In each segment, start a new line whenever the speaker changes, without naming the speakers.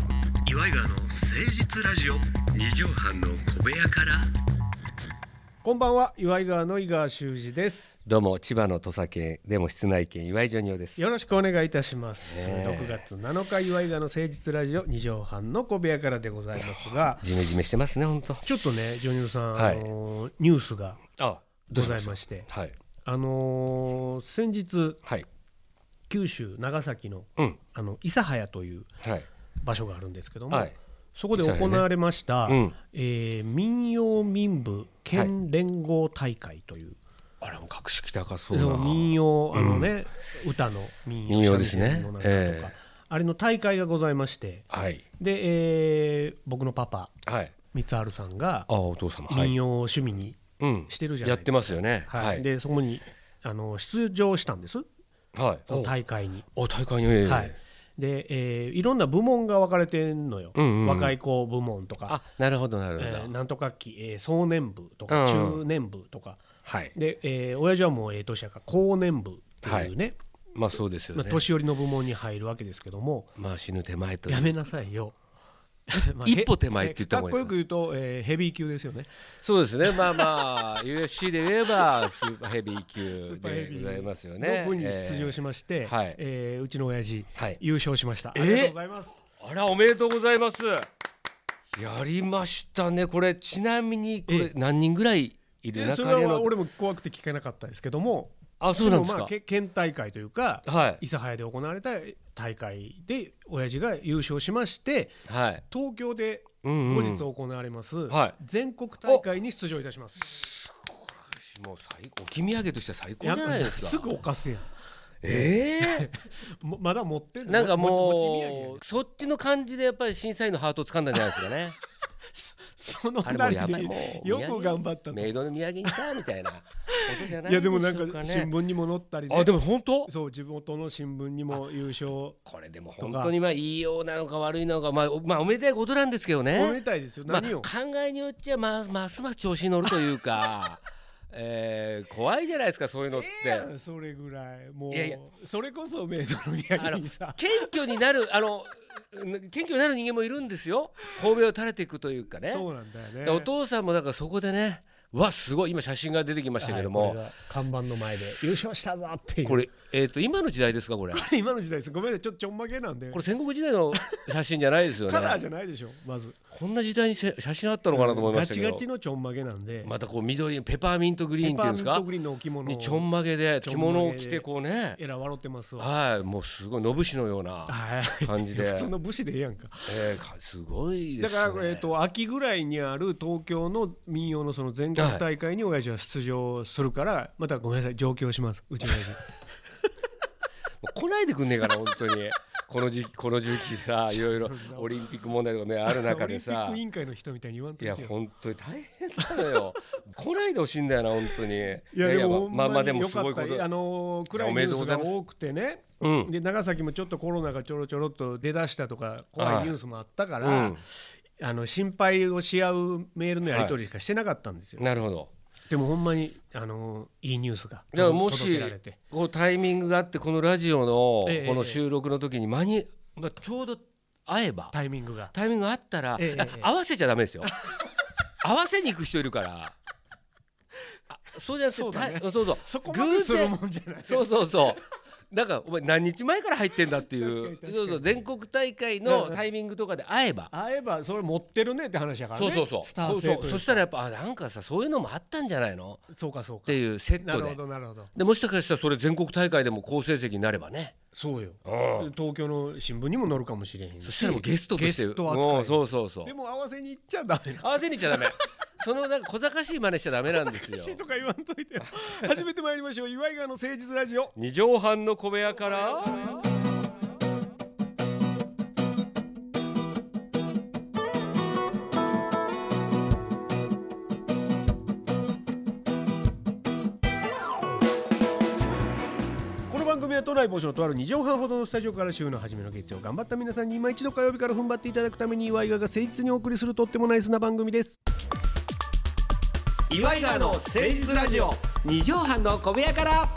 イガーの誠実ラジオ
二畳半の小部屋から
こんばんは岩井川の井川修司です
どうも千葉の土佐県でも室内県岩井ジョニオです
よろしくお願いいたします、
ねえ
6月7日岩井川の誠実ラジオ2畳半の小部屋からでございま すが
ジメジメしてますね本当
ちょっとねジョニオさん、
はい
あのーニュースが
あ
ございまして
はい
あのー先日
はい
九州長崎の
うん
あの諫早という
はい
場所があるんですけども、
はい
そこで行われました、
諫早ねうん
えー民謡民部県連合大会という、
あれも格式高そう
その
な
民謡あのね、歌の民謡
民謡ですね
三味線のなんかとか
ええ
あれの大会がございまして
はい
で、えー僕のパパ
はい
光晴さんが
あお父様は
民
い
謡を趣味に、
うん
してるじゃな
や
い
ってますよね
はい
はい
でそこにあの出場したんです
はい
その大会に。
おお大会のええ
はいで、えーいろんな部門が分かれてんのよ、
うんうんうん
若い子部門とか
あ、なるほどなる
え
ほ
ー
ど
なんとか期、えー壮年部と
う
か
ん
中年部とか、
はい
で、えー親父はもうええ年やから高年部っていうね、
まあそうですよ
まあ、
ね
年寄りの部門に入るわけですけども、
まあ死ぬ手前とい
や
う
めなさ いよ。まあ
一歩手前って言った
へ
方がいい
かっこ
ですね
よく言うと、えーヘビー級ですよね。
そうですねまあまあ UFC で言えばスーパーヘビー
ス
級
ーパーヘ
で
ビ
ご
ー
ざいますよね
の部に出場
え
しまして、え
えーはい
ーうちの親父、
えはい
優勝しました。あ
えー
りがとうございます。
あらおめでとうございます。やりましたね。これちなみにこ
え
れ
え
何人ぐらいいる
でそ
中
れ
で
は
の
俺も怖くて聞けなかったですけども、
あそうなんです
もま
か
あ。け県大会というか、
はい
諫早で行われた大会で親父が優勝しまして、
はい。
東京で
うん
後
うん
日行われます、
はい
全国大会に出場いたします。
もう最高。君上げとしては最高じゃないですか。
すぐ犯すやん。
ええ
もまだ 持ってんの
なんか
持ち土産や
も
ね
うそっちの感じでやっぱり審査員のハートを掴んだんじゃないですかね。
その
あれもう
二
やばい
人
も
で
う
よく頑張ったと
メイドの土産にさみたいなことじゃない
いや
でし
で
ょう
も
か
な
ね。
んか新聞にも載ったり
あで
で
も本当。
そう地元の新聞にも優勝お
これでも本当にまあいいようなのか悪いのかまあおまあおめでたいことなんですけどね。
めでたいですよ
まあ、
何
考
を
えによっちゃまあますます調子に乗るというか、 えー怖いじゃないですかそういうのって、
ええやんそれぐらいも
いやいや
うそれこそメイドの土産にさ
謙虚になるあの謙虚になる人間もいるんですよ褒めを垂れていくというかね
そうなんだよ
で
ね
お父さんもだからそこでねうわすごい今写真が出てきましたけども、
はいこれが看板の前で優勝したぞっていう
これえっ、と今の時代ですか これこ
今の時代ですごめんなさいちょっとちょんまげなんで
れ戦国時代の写真じゃないですよ
カラー
ね
じゃないでしょまず
こんな時代にせ写真あったのかなと思いま
ガ
したけ
チ
ど
ガチのちょんまげなんで
またこう緑ペパーミントグリーンっていうんです
ペパーミン
か
トグリーンの置物
にちょんまげで
ちょ
着
んまげで
物を着てこうね
えら笑ってますわ
はい、もうすごいのぶしのような、
はい
感じで
普通の武士でええやんか
えーかすごいで
だ
す
か
ね。
ら、えー、と秋ぐらいにある東京の民謡のその全国大会に親父は出場するから、またごめんなさい上京しますうちの親父
もう来ないでくんねえかな本当に。 この時期この時期がいろいろ
そうそう
オリンピック問題とかねある中で
オ
さ
リンピック委。員会の人みたいに言わん
い
とい
や
てよ
本当に大変なのよ。来ないでほしいんだよな本当に。いや
いやでもほん
まあまあでも
よ
す
か
ご
っ
いこ
た
と。
あのー暗い
お
ニ
めでとうご
ュース
ざいま
が
す
多くてね
うん
で長崎もちょっとコロナがちょろちょろっと出だしたとか怖
はいい
ニュースもあったから、
うん
あの心配をし合うメールのやり取りしかしてなかったんですよ、
なるほど。
でもほんまにあのーいいニュースが
だからも
届
し
けられて
こうタイミングがあってこのラジオのこ
ええ
の収録の時に間にまあちょうど会えば
タイミングが
タイミングがあったら、
ええ
あ
ええ
合わせちゃダメですよ 合わせに行く人いるからあそうじゃなくて
そうだね
たそうそう
そこまでする
偶
も
然
んじゃない
そうそうそうだからお前何日前から入ってんだってい
確かに
う
確かに
そうそう全国大会のタイミングとかで会えば
会えばそれ持ってるねって話やから
そ
ね
うそうそう
スター
そう
性という
そう
か
そしたらやっぱあなんかさそういうのもあったんじゃないの
そうかそう
っ
か
ていうセッ
な
ト
るほ
で
どなるほど
でもしかしたらそれ全国大会でも好成績になればね
そうよ
うん
東京の新聞にも載るかもしれへん
そしたらもうゲストとして
ゲスト扱い
うんそうそうそう
でも合わせに行っちゃダメな
合わせにいちゃダメそのなんか小賢しい真似しちゃダメなんですよ
し いとか言わんといてよ初めて参りましょう岩井川の誠実ラジオ
二畳半の小部屋から
この番組は都内某所のとある2畳半ほどのスタジオから週の初めの月曜頑張った皆さんに今一度火曜日から踏ん張っていただくために岩井川が誠実にお送りするとってもナイスな番組です岩井川の誠実ラジオ
二畳半の小部屋から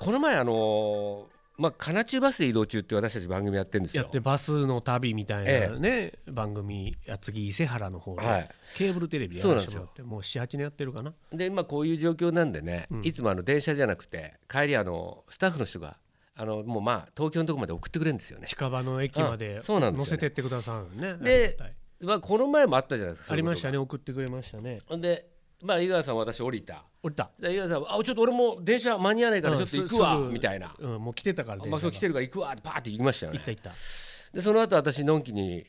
この前あのーまあ、カナチュバスで移動中って私たち番組やってるんです
や
よ
ってバスの旅みたい
え
なね、番組や次伊勢原の方で、
はい
ケーブルテレビやらせてもらってもう78年やってるかな
で今こういう状況なんでね、いつもあの電車じゃなくて帰りあのスタッフの人があのもうまあ東京のとこまで送ってくれるんですよね。
近場の駅まで
あそうなんですよね
乗せてってくださるのね
で
ありがたい
まあ、この前もあったじゃないですか
ありました
ね。
ね送ってくれましたね
ほんで、まあ、井川さんは私降りた
降りた
で井川さんは「あちょっと俺も電車間に合わないからちょっと行くわ」
うんすぐ
みたいな
うん、もう来てたか
「
ら
まあ、そう来て
る
るから行くわ」ってパーって行きましたよ
行
ね
った。行った、
でその後私のんきに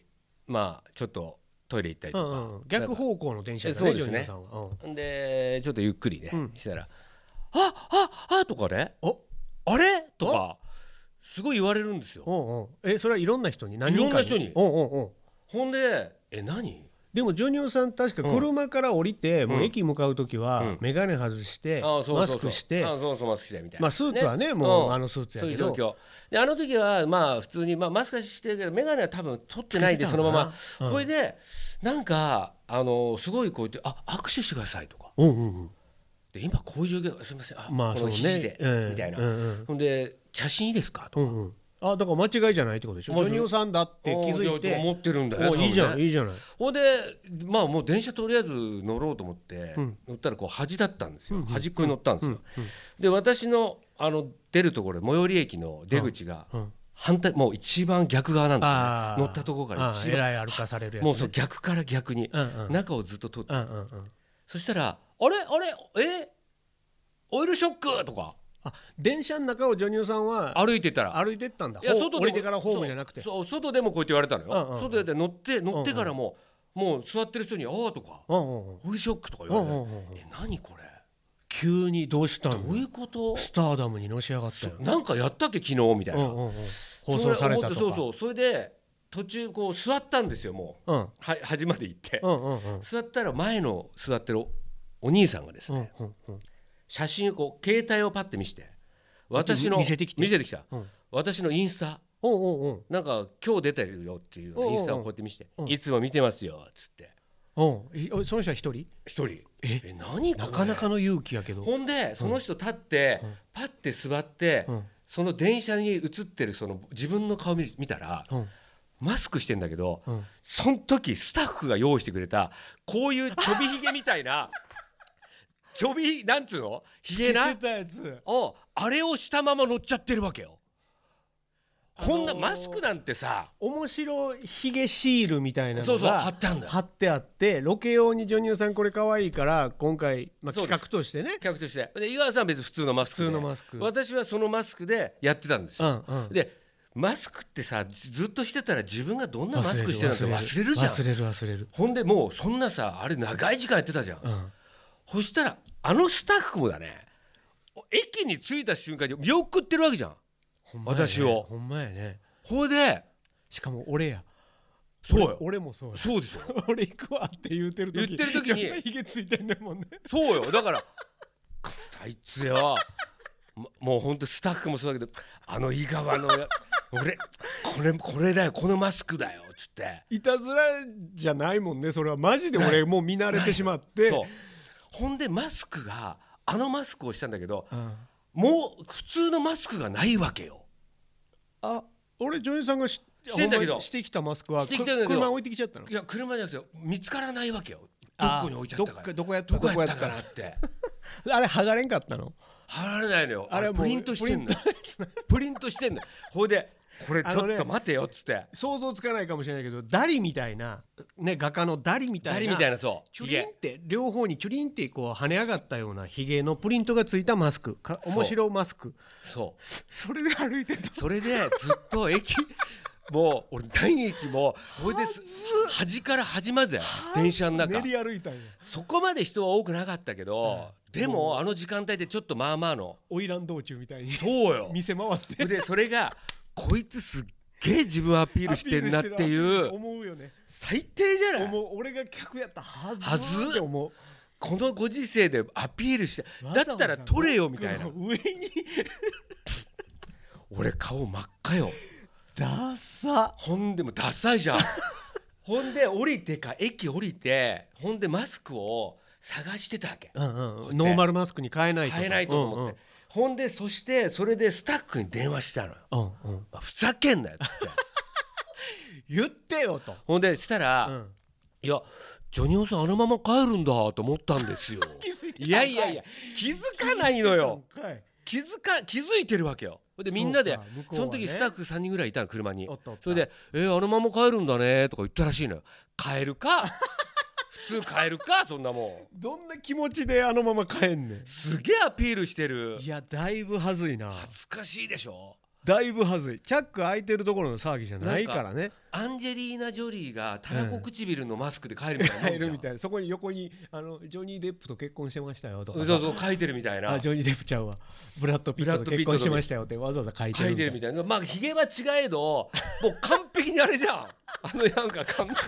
まあちょっとトイレ行ったり
う
とか、
んうん、逆方向の電車だね
そうです
ジョニ
ね
オさんは、うん、
でちょっとゆっくりね、
うん
したら「あああとかね
お
「あれ?」とかすごい言われるんですよ。
おうおうえそれはいろんな人に何人
い
か
ろんな人に
おうおうおう
ほんで「え何?
でもジョニオさん確か車から降りて、もう駅向かう時
う
は
ん
眼鏡外して、
あ」そうそう
マ
そう
スクして
あそうそうマスクしてみたいな、
まあスーツはねもう、
ん
あのスーツや
そうい
け
う状
ど
況であの時はまあ普通に、まあ、マスクはしてるけど眼鏡は多分取ってないで
つ
そ
けて
の
たの
ま
かな
ま、
うん
これでなんかあのすごいこう言って「あ握手してください」とか
うんうん
「で今こういう状況すみませんあ、
うん、まあ
こ
そう
の
ね
肘で」
うん
みたいな、
うんうん
ほんで「写真いいですか?」と
うんうんあだから間違いじゃないってことでしょ
まあ
ジョニオさんだって気
あ
づい
ーじゃあ
て
思ってるんだよ
おいいじ
多
ゃ
分
ん
ね
いいじゃない
ほんでまあもう電車とりあえず乗ろうと思って、
うん
乗ったらこう端だったんですよ、
うんうん
端っこに乗ったんですよ、
うんうん
で私のあの出るところ最寄り駅の出口が
うん
反対もう一番逆側なんですよね、
あー
乗ったところから
あ
一
ー
番
えらい歩かされるやつ、ね、
もうそう逆から逆に、
うんうん
中をずっと通って
うんうんうん
そしたら「あれあれえオイルショック!」とか
あ電車の中をジョニオさんは
歩いてたら
歩いてったんだ
いや
ホー
外でも
降りてからホームじゃなくて
そうそう外でもこうやって言われたのよ、
うんうんうん
外で乗って乗ってからも、もう座ってる人に「ああ」とか
うんうんうん
「オイルショック」とか言
う
われ
ん
て「
うんうんうん
え何これ
急にどうしたの
どういうこと
スターダムにのし上がった
そ
よ
うなんかやったっけ昨日」みたいな、
うんうんうん放送されたとか
それ思ってそうそうそれで途中こう座ったんですよも
うん
うは端まで行って、
うんうんうん
座ったら前の座ってるおお兄さんがですね
うんうんうん
写真をこう携帯をパッて見せて私の
見せてきて
見せてきた
うん
私のインスタ
おうおう
なんか今日出てるよっていう
おうおう
インスタをこうやって見せて「
うん
いつも見てますよ」っつって
おううんいおその人は一人
一人え何これ
なかなかの勇気やけど
ほんでその人立ってパッて座って
うん
その電車に映ってるその自分の顔見見たら
うん
マスクしてんだけど
うん
その時スタッフが用意してくれたこういうちょびひげみたい なちょびなんつうのひげな
つけてたやつ
をあれをしたまま乗っちゃってるわけよ。こんな
あのー
マスクなんてさ、
面白いひげシールみたいな
そう
の
そう
が
貼ってあんだよ。
貼ってあってロケ用にジョニオさんこれ可愛いから今回まあ
そう
企
です
画としてね
客として。で井川さんは別に普通のマスクで。
普通のマスク
私はそのマスクでやってたんですよ。
うんうん
でマスクってさずずっとしてたら自分がどんなマスクしてたのか忘れるじゃん。
忘れる忘れる
ほんでもうそんなさあれ長い時間やってたじゃん。
うん
そしたらあのスタッフもだね駅に着いた瞬間に見送ってるわけじゃん。
ほんまやね
私を
ほんまやね
ほいで
しかも俺や
そうよ
俺もそうや
そうでしょ。
俺行くわって言ってる時
言ってる時に
いやひげついてんねんもんね
そうよだからあいつよももうほんとスタッフもそうだけどあの井川のや俺これこれだよこのマスクだよっつって
いたずらじゃないもんねそれはマジで俺もう見慣れてしまって
そうほんでマスクがあのマスクをしたんだけど
うん
もう普通のマスクがないわけよ
あ俺女優さんがし
してんだけど
ほまにしてきたマスクは
してきたんだけど
く車置いてきちゃったの
いや車じゃなくて見つからないわけよど
あー
こに置いちゃったか
どっからどこやった
どこやった
どこ
か
や
なって
あれ剥がれんかったの
貼られないのよ
あ
あ
れ
れ
もう
プリントしてんのよプリントしてんのよほいでこれちょっと待てよっつって
想像つかないかもしれないけどダリみたいなね画家のダリみたいな
誰みたいなそう
チュリンっ
ひげ
て両方にチュリンってこう跳ね上がったようなひげのプリントがついたマスクか
そう
面白マスク
そう
それで歩いてた
それでずっと駅 もう俺第駅もこれです端から端までだよ電車の中
練り歩いたんや
そこまで人は多くなかったけどでもあの時間帯でちょっとまあまあの
花魁道中みたいに
そうよ
店回って
でそれがこいつすっげえ自分アピールしてんなっていう
思うよね
最低じゃない
思う俺が客やったはず
はず
って思う
このご時世でアピールして
わざわ
だ
ざ
ったら取れよみたいな
マスクの上に
俺顔真っ赤よ
ダサ
ほんでもうダサいじゃ んほんで降りてか駅降りてほんでマスクを探してたわけ
うんうん
こうやって
ノーマルマスクに変えないと
買えないと思って、
うんうん
ほんでそしてそれでスタッフに電話したのよ
うんうん、
まあふざけんなよっつって
言ってよと、
ほんでしたら、
うん、
いやジョニオさんあのまま帰るんだと思ったんですよ
気づいてたんかい
いやいやいや気づかないのよ
はい
気づか気づいてるわけよでみんなで
そうか向こう
そ
はね
の時スタッフ3人ぐらいいたの車に
おっとおっと
それで「えーあのまま帰るんだね」とか言ったらしいのよ帰る か普通帰るかそんなも
どんな気持ちであのまま帰んねん
んすげえアピールしてる
いやだいぶはずいな
恥ずかしいでしょ
だいぶはずいチャック開いてるところの騒ぎじゃないからね
アンジェリーナ・ジョリーがタラコ唇のマスクで帰るみたいなも
帰
んじゃ
る
ん
みたいなそこに横にあのジョニー・デップと結婚してましたよとか
そ
さ
うそう書いてるみたいな
あジョニー・デップちゃんはブラッド・ピットと結婚してましたよってわざわざ書いて
書
る
い
みた
て
い
るみたいなまあひげは違えどもう完璧にあれじゃんあのなんか完璧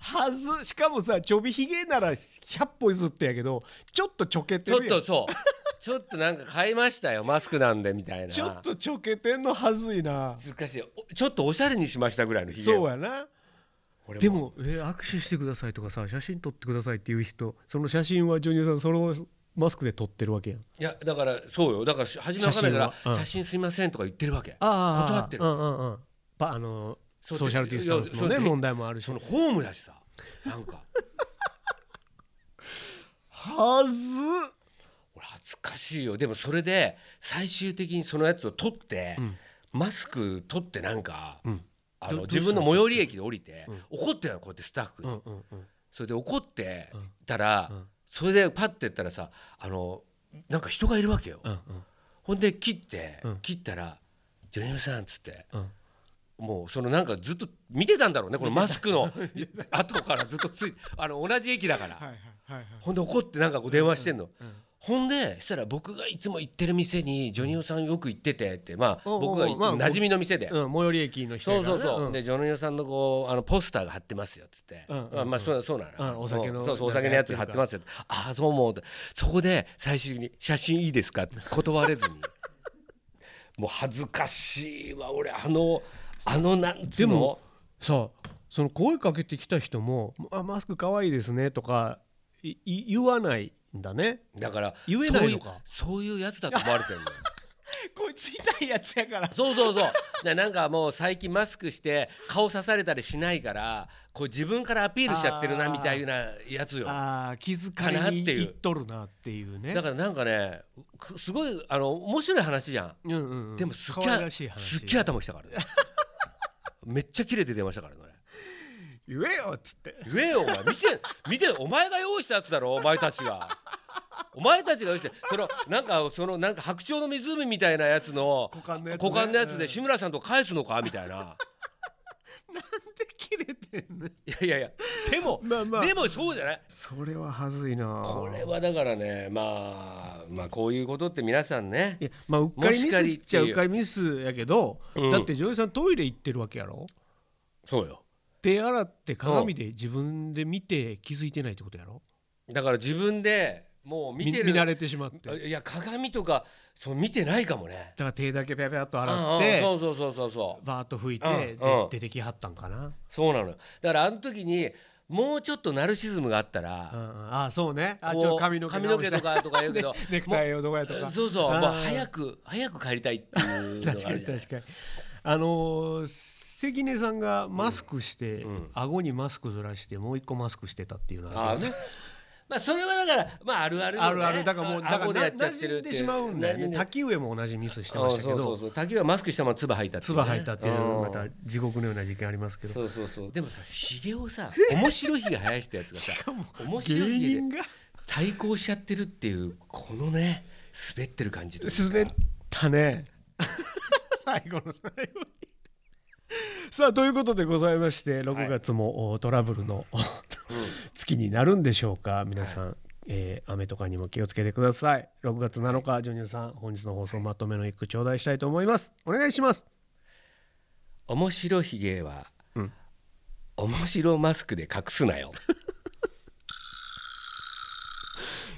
はずしかもさちょびひげなら100歩譲ってやけどちょっとちょけて
ちょっ
るやん
とそうちょっとなんか買いましたよマスクなんでみたいな
ちょっとちょけてんのはずいな
難しいおちょっとおしゃれにしましたぐらいのひげ
そうやな
俺
でも、えー握手してくださいとかさ写真撮ってくださいっていう人その写真はジョニオさんそのマスクで撮ってるわけやん
いやだからそうよだからし初めわかんないから
写
写
真
真,、
はうん
すいませんとか言ってるわけ
あ
断ってる
うんうんうんパあのソ
そう
ーシャルディスタンスの
いや
ね
そう
問題もあるし
そのホームだしさなんか
はず
俺恥ずかしいよでもそれで最終的にそのやつを取って、マスク取ってなんか、
ん
あ
ど
の
どうした
自分の最寄り駅で降りて、怒ってたのこうやってスタッフ
う
に、
んうんうん
それで怒ってたら、
うん
それでパッてやったらさあのなんか人がいるわけよ、
うん
ほんで切って、
うん
切ったら「ジョニオさん」っつって
うん
もうそのなんかずっと見てたんだろうねこのマスク の後からずっとついあの同じ駅だから、
はいはいはいはい
ほんで怒ってなんかこう電話してんの、
うん
ほんでしたら僕がいつも行ってる店にジョニオさんよく行っててってまあ
おうおう
僕が行
まあ
って馴染みの店で。
うん最寄り駅の
そ
人や
う
か
そ
ら
う
ね
そう、
ん
でジョニオさんのこうあのポスターが貼ってますよっつって、
うんうんうん
まあまあそうそうなのよ、
うんお酒の
そうそうお酒のやつが貼ってますよってああそう思うってそこで最終的に「写真いいですか?」って断れず にもう恥ずかしいわ俺あのあのなんつ
で
うの
もさあその声かけてきた人も「あマスク可愛いですね」とかいい言わないんだね
だから
言えないのか
そういうそういうやつだと思われてるの よ
こいつ痛いやつやから
そうそうそうでなんかもう最近マスクして顔刺されたりしないからこう自分からアピールしちゃってるな
あー
みたいなやつよ
あー気遣いにいっとるなっていうね
だからなんかねくすごいあの面白い話じゃん
うんうんうん
でもすっ
可
げ
愛ら
え
しい
す
話
っげえ頭きたからね めっちゃキレて出ましたからね俺
言えよっつって
言えよお前見て見てお前が用意したやつだろお前たちがお前たちが用意してそのなんかそのなんか白鳥の湖みたいなやつの
股間のやつね
股間のやつ
うん
で志村さんと返すのかみたいな
で切れてんね
いやいやいやでも、
まあまあ
でもそうじゃない
それははずいな
これはだからねまあまあこういうことって皆さんね
いやまあうっかりミスっちゃ
もしか
う
りっていう
っかりミスやけど、
うん
だって女優さんトイレ行ってるわけやろ
そうよ
手洗って鏡で自分で見て気づいてないってことやろ
だから自分でもう見てる
み見慣れてしまってだか
いや鏡とかそう見てないかもね
ら手だけペペペッと洗
あ
っ
あそ
て
うそうそうそうそう
バーッと拭いて、
うん
で
うん
出てきはったんかな、
そうなのよだからあの時にもうちょっとナルシズムがあった
う
ら、
んうん、ああそうねあ
こう
ちょっと髪の毛直した
とかとか言うけ ど
ネクタイをどこやと
も
か
う そうそう
あー
もう早く早く帰りたいっていうのがある
確
じゃ
か
な
に
い
確かにあのー関根さんがマスクして、
ん
顎にマスクずらしてもう一個マスクしてたっていうのは
あーそうまあそれはだからまああるあるよね、
あるあるだからもうだから
顎で
な
やっちゃ
馴
ってるっ
染
て
んで
いう
しまうんだよ
馴
ね
染んで
滝上も同じミスしてましたけ
あーそう
ど
そうそう滝はマスクしたまま唾吐いたっていうね
唾吐いたっていうのがま
う
た
ん
地獄のような事件ありますけど
そうそうそうでもさひげをさ面白いひげ生やしたやつがさ面白い
芸
ひげで
人が
対抗しちゃってるっていうこのね滑ってる感じというか
滑ったね 最後の最後にさあということでございまして6月も、おトラブルのお月になるんでしょうか皆さん、えー雨とかにも気をつけてください6月7日、ジョニオさん本日の放送まとめの一句頂戴したいと思いますお願いします
面白ひげは、
うん
面白マスクで隠すなよ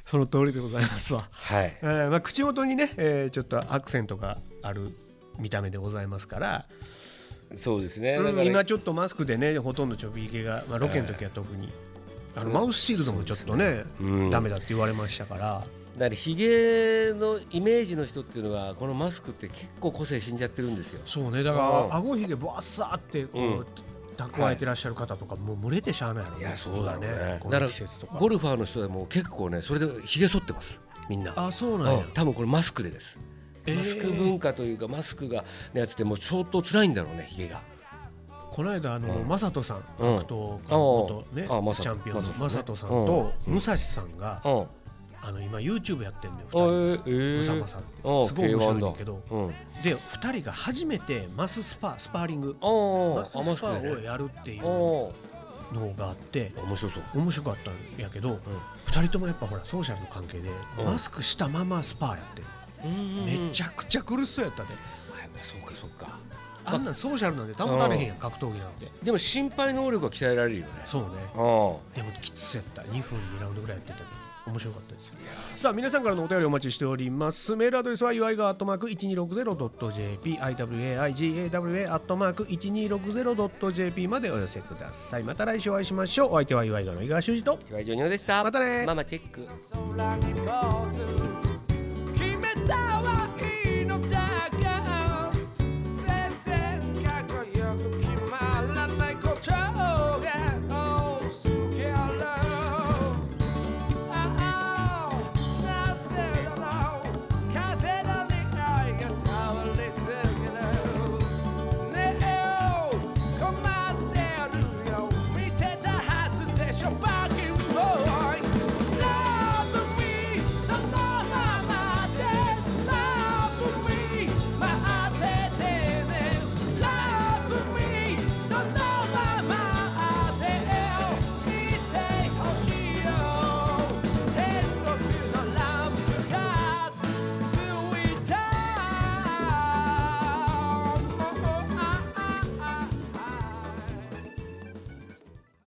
その通りでございますわ
はい
えーまあ、口元にね、えーちょっとアクセントがある見た目でございますから、
そうですね、
うん
だから
今ちょっとマスクでねほとんどちょびひげが、まあ、ロケの時は特に、あのマウスシールドもちょっとね
うん
ダメだって言われましたから、
だからヒゲのイメージの人っていうのはこのマスクって結構個性死んじゃってるんですよ
そうねだ
うん
から顎ひげバッサーってこう、
うん
蓄えてらっしゃる方とか、もう群れてしゃあないのね
いやそうだろうね
こ
だか
の
ら
季節とか
ゴルファーの人でも結構ねそれでひげ剃ってますみんな
あそうなん
う
や、
ん多分これマスクでです
えー
マスク文化というかマスクがのやつってもう相当辛いんだろうねひげが
この間あの、
うん
マサトさん
うん
格闘家の元、ね
ああマサト
チャンピオンの
マ
マ
サ
サ
トね
トさんと、武蔵さんが、
うんあ
あの今 YouTube やってんのよ
え
2
ーえ
人
ー
ムサマさんって
うん
すごい面白いん
K1
だけど
うん
で2人が初めてマススパスパーリング
あー
マ
あ
ススパ
マスクで
を
ね
やるっていう
あ
の
ー
があって
面白そう
面白かったんやけど、二2人ともやっぱほらソーシャルの関係で、
うん
マスクしたままスパーやってる、めち
ゃ
ゃくちゃ苦しそうやったで、
やっぱそうかそうか
あんなんソーシャルなんで保たれへんやん格闘技なんて
でも心配能力が鍛えられるよね
そうね
うん
でもきつそうやった2分2ラウンドぐらいやってたけど面白かったですさあ皆さんからのお便りお待ちしておりますメールアドレスは u i g a ーク 1260.jp iwaigawa.1260.jp までお寄せくださいまた来週お会いしましょうお相手は u i g a の井川修司と
岩井ジョニオでした
またね
ママチェック
空にポーズ決めた